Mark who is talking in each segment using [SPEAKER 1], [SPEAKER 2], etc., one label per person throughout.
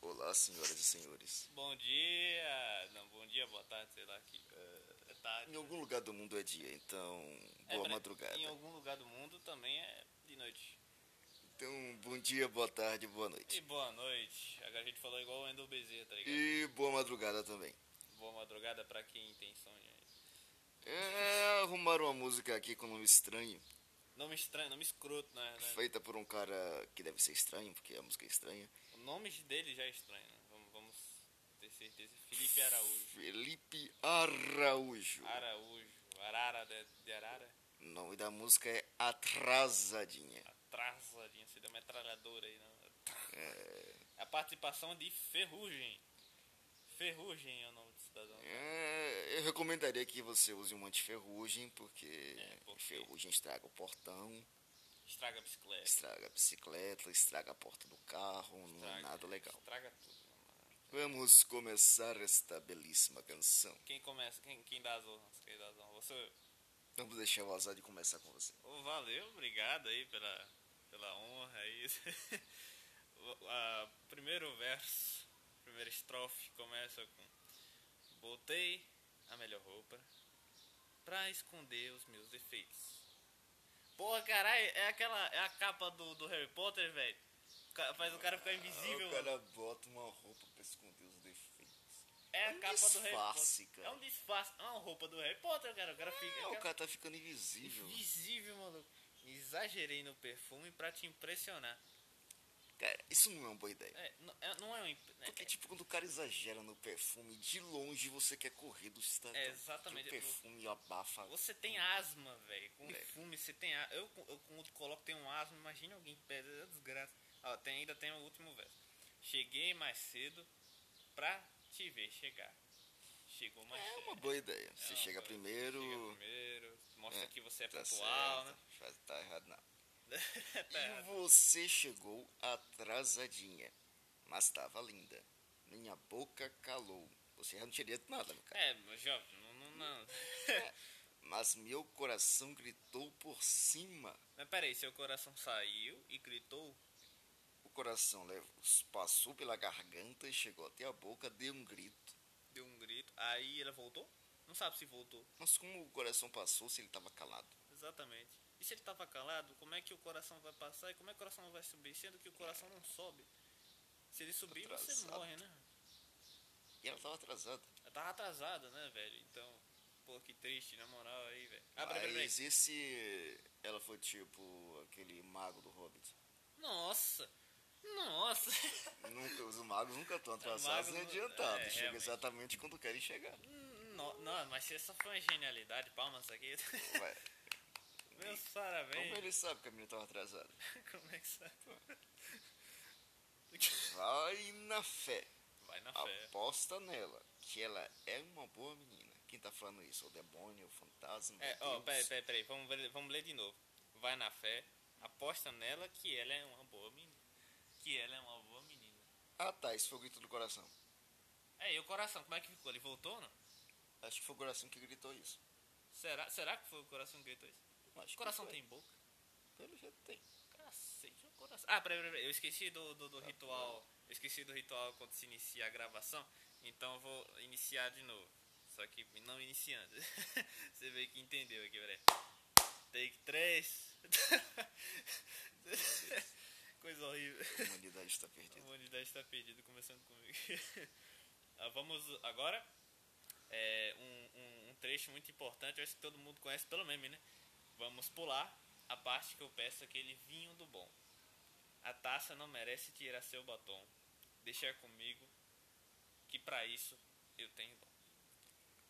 [SPEAKER 1] Olá, senhoras e senhores.
[SPEAKER 2] Bom dia. Não, bom dia, boa tarde, sei lá que. É tarde.
[SPEAKER 1] Em algum lugar do mundo é dia, então
[SPEAKER 2] É,
[SPEAKER 1] boa
[SPEAKER 2] pra-
[SPEAKER 1] madrugada.
[SPEAKER 2] Em algum lugar do mundo também é de noite.
[SPEAKER 1] Então, bom dia, boa tarde, boa noite.
[SPEAKER 2] E boa noite. Agora a gente falou igual o Endo Bezerra, tá ligado?
[SPEAKER 1] E boa madrugada também.
[SPEAKER 2] Boa madrugada pra quem tem sonho. né? aí.
[SPEAKER 1] É, arrumaram uma música aqui com nome estranho,
[SPEAKER 2] Nome estranho, nome escroto, né? né?
[SPEAKER 1] feita por um cara que deve ser estranho, porque a música é estranha.
[SPEAKER 2] O nome dele já é estranho, né? Vamos, vamos ter certeza. Felipe Araújo.
[SPEAKER 1] Felipe Araújo.
[SPEAKER 2] Araújo. Arara de, de Arara.
[SPEAKER 1] O nome da música é Atrasadinha.
[SPEAKER 2] Atrasadinha, se deu metralhadora aí, não.
[SPEAKER 1] É,
[SPEAKER 2] A participação de Ferrugem. Ferrugem é o nome do cidadão.
[SPEAKER 1] é, eu recomendaria que você use um antiferrugem, porque,
[SPEAKER 2] É, porque-
[SPEAKER 1] ferrugem estraga o portão.
[SPEAKER 2] Estraga a bicicleta.
[SPEAKER 1] Estraga a bicicleta, estraga a porta do carro, não é
[SPEAKER 2] Estraga.
[SPEAKER 1] nada legal.
[SPEAKER 2] Estraga tudo. mano.
[SPEAKER 1] Vamos começar esta belíssima canção.
[SPEAKER 2] Quem começa? Quem, quem dá as honras? Quem dá as honras? Você.
[SPEAKER 1] Vamos deixar o azar de começar com você.
[SPEAKER 2] Ô, valeu, obrigado aí pela, pela honra aí. O- a- primeiro verso, primeira estrofe começa com Botei a melhor roupa pra esconder os meus defeitos. Porra, caralho, é aquela. É a capa do, do Harry Potter, velho. Ca- Faz o cara ficar invisível,
[SPEAKER 1] Ah, o
[SPEAKER 2] né? mano.
[SPEAKER 1] cara bota uma roupa pra esconder os defeitos.
[SPEAKER 2] É
[SPEAKER 1] É
[SPEAKER 2] a
[SPEAKER 1] um
[SPEAKER 2] capa do Harry
[SPEAKER 1] disfarce,
[SPEAKER 2] Potter.
[SPEAKER 1] cara.
[SPEAKER 2] É um disfarce. É uma roupa do Harry Potter, cara. O cara fica.
[SPEAKER 1] É, o
[SPEAKER 2] aquela-
[SPEAKER 1] cara tá ficando invisível.
[SPEAKER 2] Visível, É maluco. Exagerei no perfume pra te impressionar.
[SPEAKER 1] Cara, isso não é uma boa ideia.
[SPEAKER 2] É, não é, não é um. imp- é-
[SPEAKER 1] Porque, tipo, quando o cara exagera no perfume, de longe você quer correr do cidadão.
[SPEAKER 2] É, exatamente.
[SPEAKER 1] Porque O perfume abafa.
[SPEAKER 2] Você tem asma, velho. Com
[SPEAKER 1] É.
[SPEAKER 2] perfume, você tem asma. Eu, eu quando coloco tem um asma, imagina alguém que pede, é desgraça. Ó, tem, ainda tem o último verso. Cheguei mais cedo pra te ver chegar. Chegou mais
[SPEAKER 1] É
[SPEAKER 2] cedo.
[SPEAKER 1] uma boa ideia. Você
[SPEAKER 2] uma
[SPEAKER 1] chega
[SPEAKER 2] boa-
[SPEAKER 1] primeiro.
[SPEAKER 2] Chega primeiro, mostra
[SPEAKER 1] É,
[SPEAKER 2] que você é
[SPEAKER 1] Tá
[SPEAKER 2] pontual, né?
[SPEAKER 1] certo. Faz- Tá errado, não.
[SPEAKER 2] Tá
[SPEAKER 1] E
[SPEAKER 2] errado.
[SPEAKER 1] você chegou atrasadinha, mas tava linda. Minha boca calou. Você já não tinha dito nada, né? meu cara.
[SPEAKER 2] É, mas, jovem, não, não, não.
[SPEAKER 1] Mas meu coração gritou por cima.
[SPEAKER 2] Mas peraí, seu coração saiu e gritou.
[SPEAKER 1] O coração levou- passou pela garganta, chegou até a boca, deu um grito.
[SPEAKER 2] deu um grito, aí ela voltou? Não sabe se voltou.
[SPEAKER 1] Mas como o coração passou se ele tava calado?
[SPEAKER 2] Exatamente. E se ele tava calado, como é que o coração vai passar e como é que o coração vai subir? Sendo que o coração não sobe. Se ele subir, você
[SPEAKER 1] Atrasado.
[SPEAKER 2] morre, né?
[SPEAKER 1] E ela tava atrasada.
[SPEAKER 2] Ela tava atrasada, né, velho? Então, pô, que triste, na moral aí, velho. Ah, peraí, peraí,
[SPEAKER 1] Mas esse. Ela foi tipo aquele mago do Hobbit.
[SPEAKER 2] peraí. Nossa! Nossa!
[SPEAKER 1] Nunca, os magos nunca estão
[SPEAKER 2] É, mago
[SPEAKER 1] atrasados nem
[SPEAKER 2] não-
[SPEAKER 1] adiantados.
[SPEAKER 2] é,
[SPEAKER 1] Chega
[SPEAKER 2] realmente.
[SPEAKER 1] exatamente quando querem chegar.
[SPEAKER 2] não, não, mas essa foi uma genialidade, palmas aqui.
[SPEAKER 1] Ué.
[SPEAKER 2] Meus
[SPEAKER 1] Como
[SPEAKER 2] parabéns.
[SPEAKER 1] ele sabe que a menina tava atrasada?
[SPEAKER 2] Como é que sabe?
[SPEAKER 1] Vai na fé.
[SPEAKER 2] Vai na fé.
[SPEAKER 1] Aposta nela. Que ela é uma boa menina. Quem tá falando isso? O demônio, o fantasma?
[SPEAKER 2] É,
[SPEAKER 1] o
[SPEAKER 2] ó,
[SPEAKER 1] Deus?
[SPEAKER 2] peraí, peraí, peraí, vamos, ver- vamos ler de novo. Vai na fé, aposta nela que ela é uma boa menina. Que ela é uma boa menina.
[SPEAKER 1] Ah tá, esse foi o grito do coração.
[SPEAKER 2] É, e o coração, como é que ficou? Ele voltou, não?
[SPEAKER 1] Acho que foi o coração que gritou isso.
[SPEAKER 2] Será, será que foi o coração que gritou isso?
[SPEAKER 1] Acho que
[SPEAKER 2] O coração
[SPEAKER 1] foi.
[SPEAKER 2] tem boca?
[SPEAKER 1] Pelo jeito tem.
[SPEAKER 2] Cacete, o coração. Ah, peraí, peraí, peraí, eu esqueci do, do, do
[SPEAKER 1] Tá
[SPEAKER 2] ritual. Eu esqueci do ritual quando se inicia a gravação. Então eu vou iniciar de novo. Só que não iniciando. Você meio que entendeu aqui, peraí. Take 3. Coisa horrível.
[SPEAKER 1] A humanidade está
[SPEAKER 2] A
[SPEAKER 1] perdida.
[SPEAKER 2] humanidade está perdida, começando tá comigo. Ah, Vamos agora. é, um, um- um trecho muito importante, eu acho que todo mundo conhece pelo meme, né? Vamos pular a parte que eu peço aquele vinho do bom. A taça não merece tirar seu batom. Deixar comigo, que pra isso eu tenho dom.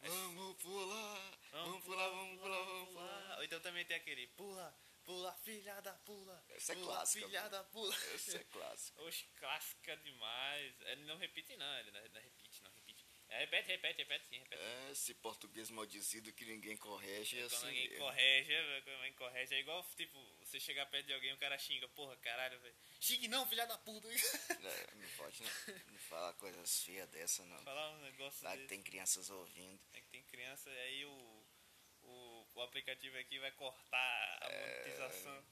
[SPEAKER 1] Vamos pular, vamos pular, vamos pular, vamos pular.
[SPEAKER 2] Ou então também tem aquele pula, pula, filha da pula.
[SPEAKER 1] Essa é
[SPEAKER 2] pula,
[SPEAKER 1] clássica,
[SPEAKER 2] Filha
[SPEAKER 1] mano.
[SPEAKER 2] da pula.
[SPEAKER 1] Essa é clássica.
[SPEAKER 2] Oxe, clássica demais. Ele não repite, não. Ele não, ele não repite, não repite. É, repete, repete, repete sim, repete.
[SPEAKER 1] É, esse português maldicido que ninguém corrige é
[SPEAKER 2] Quando
[SPEAKER 1] assim
[SPEAKER 2] alguém
[SPEAKER 1] mesmo.
[SPEAKER 2] corrige, é, quando alguém corrige, é igual, tipo, você chegar perto de alguém e o cara xinga. Porra, caralho, velho. Xingue não, filha da puta.
[SPEAKER 1] É, não pode não, não falar coisas feias dessa não.
[SPEAKER 2] Falar um negócio
[SPEAKER 1] Lá que
[SPEAKER 2] desse.
[SPEAKER 1] tem crianças ouvindo.
[SPEAKER 2] É que tem criança e aí o, o, o aplicativo aqui vai cortar a monetização.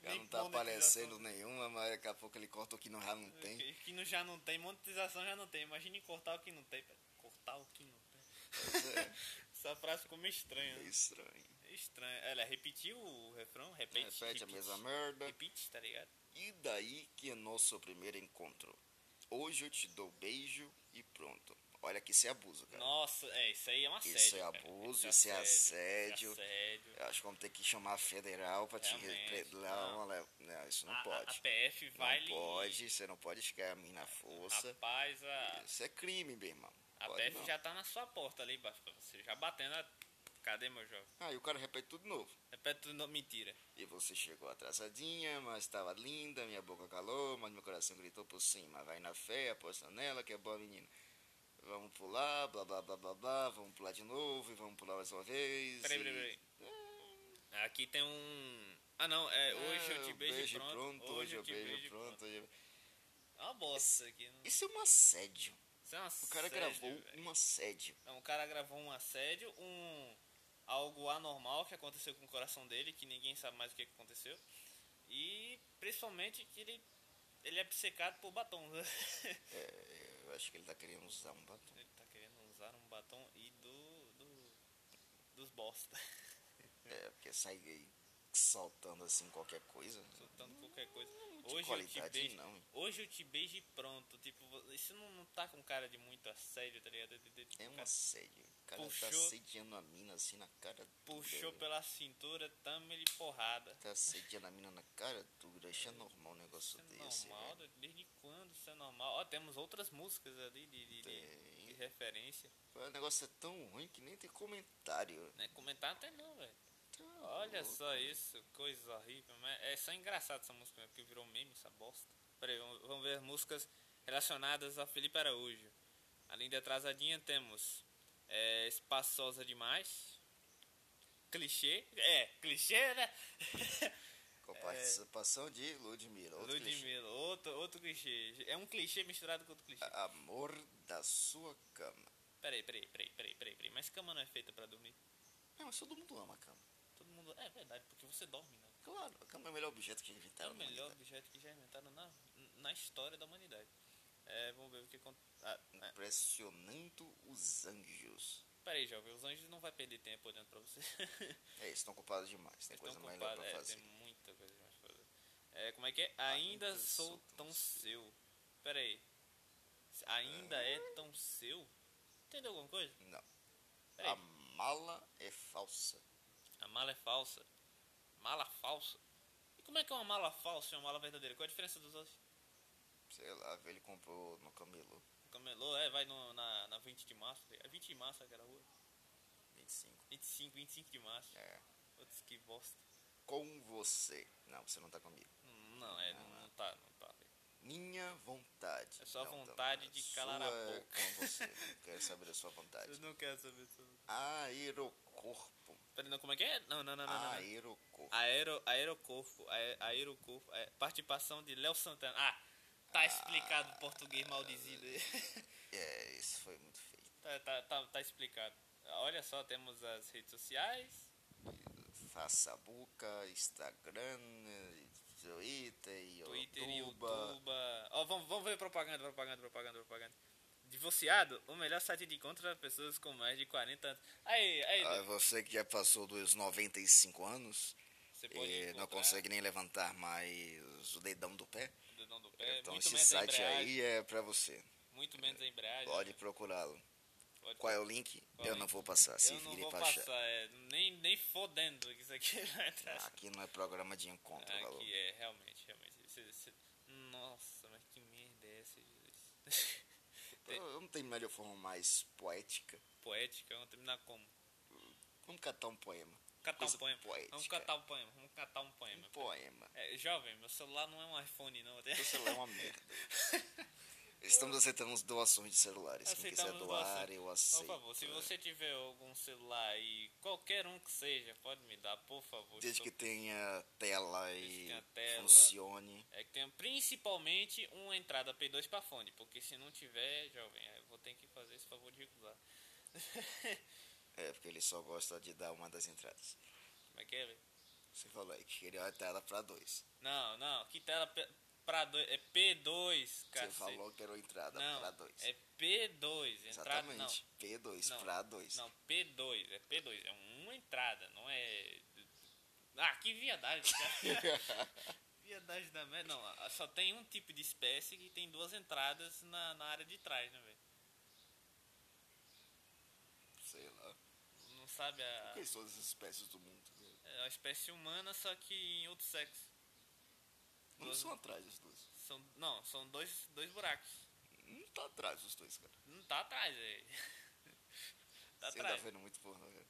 [SPEAKER 1] Já
[SPEAKER 2] Nem
[SPEAKER 1] É, não tá
[SPEAKER 2] monetização.
[SPEAKER 1] aparecendo nenhuma, mas daqui a pouco ele corta o que não, já não tem.
[SPEAKER 2] Que, que não- já não tem, monetização já não tem. Imagine cortar o que não tem. pera. Cortar o que não tem. Essa frase ficou meio estranha.
[SPEAKER 1] É
[SPEAKER 2] né?
[SPEAKER 1] estranho.
[SPEAKER 2] Estranha. Ela É, repetiu o refrão? Repete.
[SPEAKER 1] Repete a mesma merda.
[SPEAKER 2] Repete, tá ligado?
[SPEAKER 1] E daí que é nosso primeiro encontro. Hoje eu te dou beijo e pronto. Olha que isso é abuso, cara.
[SPEAKER 2] Nossa, é, isso aí é uma assédio.
[SPEAKER 1] Isso é
[SPEAKER 2] cara.
[SPEAKER 1] abuso, isso é assédio.
[SPEAKER 2] Isso é assédio.
[SPEAKER 1] Eu acho que vamos ter que chamar a federal pra te
[SPEAKER 2] Realmente,
[SPEAKER 1] repre-
[SPEAKER 2] não.
[SPEAKER 1] Não, le- não, isso não
[SPEAKER 2] A- a- A,
[SPEAKER 1] pode.
[SPEAKER 2] PF vai
[SPEAKER 1] Não
[SPEAKER 2] lhe-
[SPEAKER 1] pode, você não pode chegar a mim na força.
[SPEAKER 2] Rapaz, a,
[SPEAKER 1] Isso é crime, meu irmão.
[SPEAKER 2] a
[SPEAKER 1] Pode
[SPEAKER 2] PF
[SPEAKER 1] não.
[SPEAKER 2] já tá na sua porta ali, ba- você já batendo a... Cadê meu jovem?
[SPEAKER 1] Ah, e o cara repete tudo de novo.
[SPEAKER 2] Repete tudo, não, mentira.
[SPEAKER 1] E você chegou atrasadinha, mas estava linda, minha boca calou, mas meu coração gritou por cima. Vai na fé, aposta nela, que é boa menina. Vamos pular, blá blá blá blá blá, vamos pular de novo e vamos pular mais uma vez.
[SPEAKER 2] Peraí,
[SPEAKER 1] e-
[SPEAKER 2] peraí, peraí. Aqui tem um... Ah, não, é hoje eu
[SPEAKER 1] Ah,
[SPEAKER 2] te beijo, e pronto.
[SPEAKER 1] hoje eu
[SPEAKER 2] te
[SPEAKER 1] beijo,
[SPEAKER 2] e
[SPEAKER 1] pronto. hoje eu-
[SPEAKER 2] É uma bosta aqui. Não...
[SPEAKER 1] Isso é um assédio.
[SPEAKER 2] Isso é um
[SPEAKER 1] O cara
[SPEAKER 2] assédio,
[SPEAKER 1] gravou
[SPEAKER 2] velho.
[SPEAKER 1] um assédio.
[SPEAKER 2] Não, o cara gravou um assédio, um algo anormal que aconteceu com o coração dele, que ninguém sabe mais o que que aconteceu. E principalmente que ele ele é obcecado por batom. né?
[SPEAKER 1] É, eu acho que ele tá querendo usar um batom.
[SPEAKER 2] ele tá querendo usar um batom e do, do dos bosta,
[SPEAKER 1] É, porque sai aí saltando assim qualquer coisa.
[SPEAKER 2] soltando qualquer coisa.
[SPEAKER 1] Hum, De
[SPEAKER 2] Hoje eu te
[SPEAKER 1] qualidade,
[SPEAKER 2] beijo.
[SPEAKER 1] não.
[SPEAKER 2] Hoje eu te beijo e pronto. Tipo, vo- isso não, não tá com cara de muito assédio, tá ligado? De- de- de-
[SPEAKER 1] É
[SPEAKER 2] o
[SPEAKER 1] um
[SPEAKER 2] cara
[SPEAKER 1] assédio. O cara tá
[SPEAKER 2] Puxou.
[SPEAKER 1] assediando a mina assim na cara dura.
[SPEAKER 2] Puxou pela cintura, tamo-lhe porrada.
[SPEAKER 1] Tá assediando a mina na cara dura. Isso é normal um negócio
[SPEAKER 2] Isso é
[SPEAKER 1] desse. né?
[SPEAKER 2] normal,
[SPEAKER 1] velho.
[SPEAKER 2] desde quando isso é normal? Ó, temos outras músicas ali de, de- de-
[SPEAKER 1] Tem.
[SPEAKER 2] de referência.
[SPEAKER 1] O negócio é tão ruim que nem tem comentário.
[SPEAKER 2] Não é comentar até não, velho.
[SPEAKER 1] Tá
[SPEAKER 2] Olha
[SPEAKER 1] louco.
[SPEAKER 2] só isso, coisa horrível. Mas é só engraçado essa música, né? Porque virou meme essa bosta. Peraí, vamos, vamos ver as músicas relacionadas a Felipe Araújo. Além de atrasadinha, temos é, Espaçosa Demais. Clichê. É, clichê, né?
[SPEAKER 1] Com a participação de Ludmilla. outro clichê.
[SPEAKER 2] é- Ludmilla, outro, outro clichê. É um clichê misturado com outro clichê.
[SPEAKER 1] A- Amor da sua cama.
[SPEAKER 2] Peraí, peraí, peraí, peraí, peraí, peraí. Mas cama não é feita pra dormir?
[SPEAKER 1] Não, mas todo mundo ama a cama.
[SPEAKER 2] Todo mundo. É verdade, porque você dorme, né?
[SPEAKER 1] Claro, a cama é o melhor objeto que
[SPEAKER 2] É
[SPEAKER 1] inventaram.
[SPEAKER 2] o
[SPEAKER 1] na
[SPEAKER 2] melhor
[SPEAKER 1] humanidade.
[SPEAKER 2] objeto que já inventaram na, na história da humanidade. É, vamos ver o que acontece. Ah, ah,
[SPEAKER 1] Impressionando os anjos.
[SPEAKER 2] peraí, jovem, os anjos não vai perder tempo olhando pra você.
[SPEAKER 1] É, estão ocupados demais. Tem
[SPEAKER 2] Eles
[SPEAKER 1] coisa
[SPEAKER 2] estão
[SPEAKER 1] melhor
[SPEAKER 2] ocupados,
[SPEAKER 1] pra
[SPEAKER 2] é,
[SPEAKER 1] fazer.
[SPEAKER 2] tem muita coisa mais pra fazer. É, como é que é? Ainda
[SPEAKER 1] Ainda
[SPEAKER 2] sou
[SPEAKER 1] sou
[SPEAKER 2] tão
[SPEAKER 1] tão
[SPEAKER 2] seu. Peraí. Ainda é tão seu? Entendeu alguma coisa?
[SPEAKER 1] Não.
[SPEAKER 2] Peraí.
[SPEAKER 1] A mala é falsa.
[SPEAKER 2] A mala é falsa. Mala falsa? E como é que é uma mala falsa e uma mala verdadeira? Qual a diferença dos dois?
[SPEAKER 1] Sei lá, ele comprou no camelô.
[SPEAKER 2] O Camelô, é, vai no, na, na 20 de março. É 20 de março aquela rua.
[SPEAKER 1] 25.
[SPEAKER 2] 25, 25 de março.
[SPEAKER 1] É.
[SPEAKER 2] Putz, que bosta.
[SPEAKER 1] Com você. Não, você não tá comigo.
[SPEAKER 2] Não, Não, é, não, não tá, não tá.
[SPEAKER 1] Minha vontade.
[SPEAKER 2] É só a
[SPEAKER 1] Não,
[SPEAKER 2] vontade de calar a
[SPEAKER 1] sua é
[SPEAKER 2] boca.
[SPEAKER 1] Com você. Não quero saber da sua vontade.
[SPEAKER 2] não quero saber tudo.
[SPEAKER 1] Aerocorpo.
[SPEAKER 2] Peraí, não, como é que é? Não, não, não, não. não, não.
[SPEAKER 1] Aerocorpo.
[SPEAKER 2] Aero, aerocorpo, ae- aerocorpo, ae- participação de Léo Santana. Ah, tá explicado o português maldizido aí.
[SPEAKER 1] É, isso foi muito feio.
[SPEAKER 2] tá, tá, tá, tá explicado. Olha só, temos as redes sociais.
[SPEAKER 1] Faça a boca, Instagram, eh, Twitter e
[SPEAKER 2] Twitter e YouTube.
[SPEAKER 1] Yoruba.
[SPEAKER 2] Ó, vamos, vamos ver propaganda, propaganda, propaganda, propaganda. Divorciado, o melhor site de encontro para pessoas com mais de 40 anos. Aí, aí,
[SPEAKER 1] Ah, você que já passou dos 95 anos
[SPEAKER 2] você pode
[SPEAKER 1] e não
[SPEAKER 2] encontrar
[SPEAKER 1] consegue nem levantar mais o dedão do pé,
[SPEAKER 2] o dedão do pé,
[SPEAKER 1] então
[SPEAKER 2] É, muito
[SPEAKER 1] esse
[SPEAKER 2] menos a
[SPEAKER 1] site
[SPEAKER 2] embreagem,
[SPEAKER 1] aí é pra você.
[SPEAKER 2] muito menos a embreagem.
[SPEAKER 1] Pode procurá-lo.
[SPEAKER 2] Pode-
[SPEAKER 1] Qual é o link?
[SPEAKER 2] Qual
[SPEAKER 1] eu
[SPEAKER 2] link?
[SPEAKER 1] não vou passar, se
[SPEAKER 2] Eu não
[SPEAKER 1] vire
[SPEAKER 2] vou
[SPEAKER 1] pra
[SPEAKER 2] passar,
[SPEAKER 1] achar.
[SPEAKER 2] é, nem, nem fodendo que isso aqui vai entrar.
[SPEAKER 1] Aqui não é programa de encontro, valor.
[SPEAKER 2] Aqui é, realmente, realmente. Cê- cê- Nossa, mas que merda é essa, Jesus? tem-
[SPEAKER 1] Eu eu não tenho melhor forma mais poética.
[SPEAKER 2] Poética, é vamos terminar como?
[SPEAKER 1] Vamos catar um poema.
[SPEAKER 2] Catar
[SPEAKER 1] Coisa
[SPEAKER 2] um poema. Vamos
[SPEAKER 1] poética.
[SPEAKER 2] catar um poema, vamos catar um poema.
[SPEAKER 1] Um poema.
[SPEAKER 2] É, jovem, meu celular não é um iPhone, não.
[SPEAKER 1] Seu celular é uma merda. Estamos aceitando doações de celulares. Quem quiser
[SPEAKER 2] Aceitamos
[SPEAKER 1] doar,
[SPEAKER 2] doações.
[SPEAKER 1] eu
[SPEAKER 2] Por
[SPEAKER 1] aceito.
[SPEAKER 2] favor, se você tiver algum celular aí, qualquer um que seja, pode me dar, por favor.
[SPEAKER 1] Desde que
[SPEAKER 2] Estou-
[SPEAKER 1] tenha tela
[SPEAKER 2] Desde que
[SPEAKER 1] e
[SPEAKER 2] tenha tela.
[SPEAKER 1] funcione.
[SPEAKER 2] É que tenha principalmente uma entrada P2 pra fone, porque se não tiver, jovem, aí eu vou ter que fazer esse favor de recusar.
[SPEAKER 1] É, porque ele só gosta de dar uma das entradas.
[SPEAKER 2] Como é que é, velho?
[SPEAKER 1] Você falou aí que queria uma tela pra dois.
[SPEAKER 2] Não, não, que tela P- pra dois. É P2, cara.
[SPEAKER 1] Você falou que era uma entrada
[SPEAKER 2] não,
[SPEAKER 1] pra dois.
[SPEAKER 2] É P2, entrada não.
[SPEAKER 1] Exatamente. P2
[SPEAKER 2] Não,
[SPEAKER 1] pra dois.
[SPEAKER 2] Não, P2, é P2, é uma entrada, não é. Ah, que viadagem, cara. viadagem da merda. Não, ah, só tem um tipo de espécie que tem duas entradas na, na área de trás, né, velho?
[SPEAKER 1] Sei lá.
[SPEAKER 2] Não sabe a,
[SPEAKER 1] Quais todas as espécies do mundo? né?
[SPEAKER 2] é a espécie humana, só que em outro sexo.
[SPEAKER 1] Não
[SPEAKER 2] Duas-
[SPEAKER 1] são atrás os dois.
[SPEAKER 2] São, não, são dois, dois buracos.
[SPEAKER 1] Não tá atrás os dois, cara.
[SPEAKER 2] Não tá atrás, velho. tá
[SPEAKER 1] Você
[SPEAKER 2] atrás.
[SPEAKER 1] tá vendo muito pornô, cara.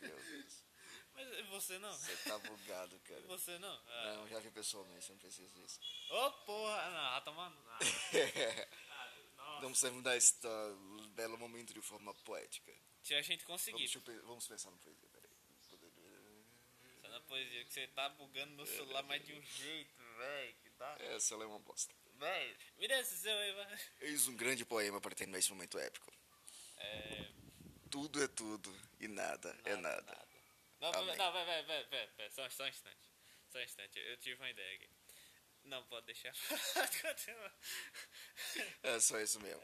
[SPEAKER 1] Meu Deus.
[SPEAKER 2] Mas você não.
[SPEAKER 1] Você tá bugado, cara.
[SPEAKER 2] Você não. Ah.
[SPEAKER 1] Não, já vi pessoalmente, você não precisa disso.
[SPEAKER 2] Ô, porra. Não, ah, tomando. Ah, ah, nossa.
[SPEAKER 1] Vamos terminar este ah, belo momento de forma poética.
[SPEAKER 2] Se a gente
[SPEAKER 1] Vamos,
[SPEAKER 2] conseguir.
[SPEAKER 1] deixa eu pe- vamos pensar no poesia, peraí.
[SPEAKER 2] Só na poesia que você tá bugando meu celular mais de um jeito, velho. Que dá.
[SPEAKER 1] É, essa é uma bosta.
[SPEAKER 2] Véi. Me dê esse seu aí, vai.
[SPEAKER 1] Eis um grande poema para terminar esse momento épico.
[SPEAKER 2] É.
[SPEAKER 1] Tudo é tudo e nada, é nada.
[SPEAKER 2] Não,
[SPEAKER 1] Amém.
[SPEAKER 2] vai, não, vai, vai, vai, vai, vai. Só, só um instante. Só um instante. Eu tive uma ideia aqui. Não, pode deixar. Continua.
[SPEAKER 1] É só isso mesmo.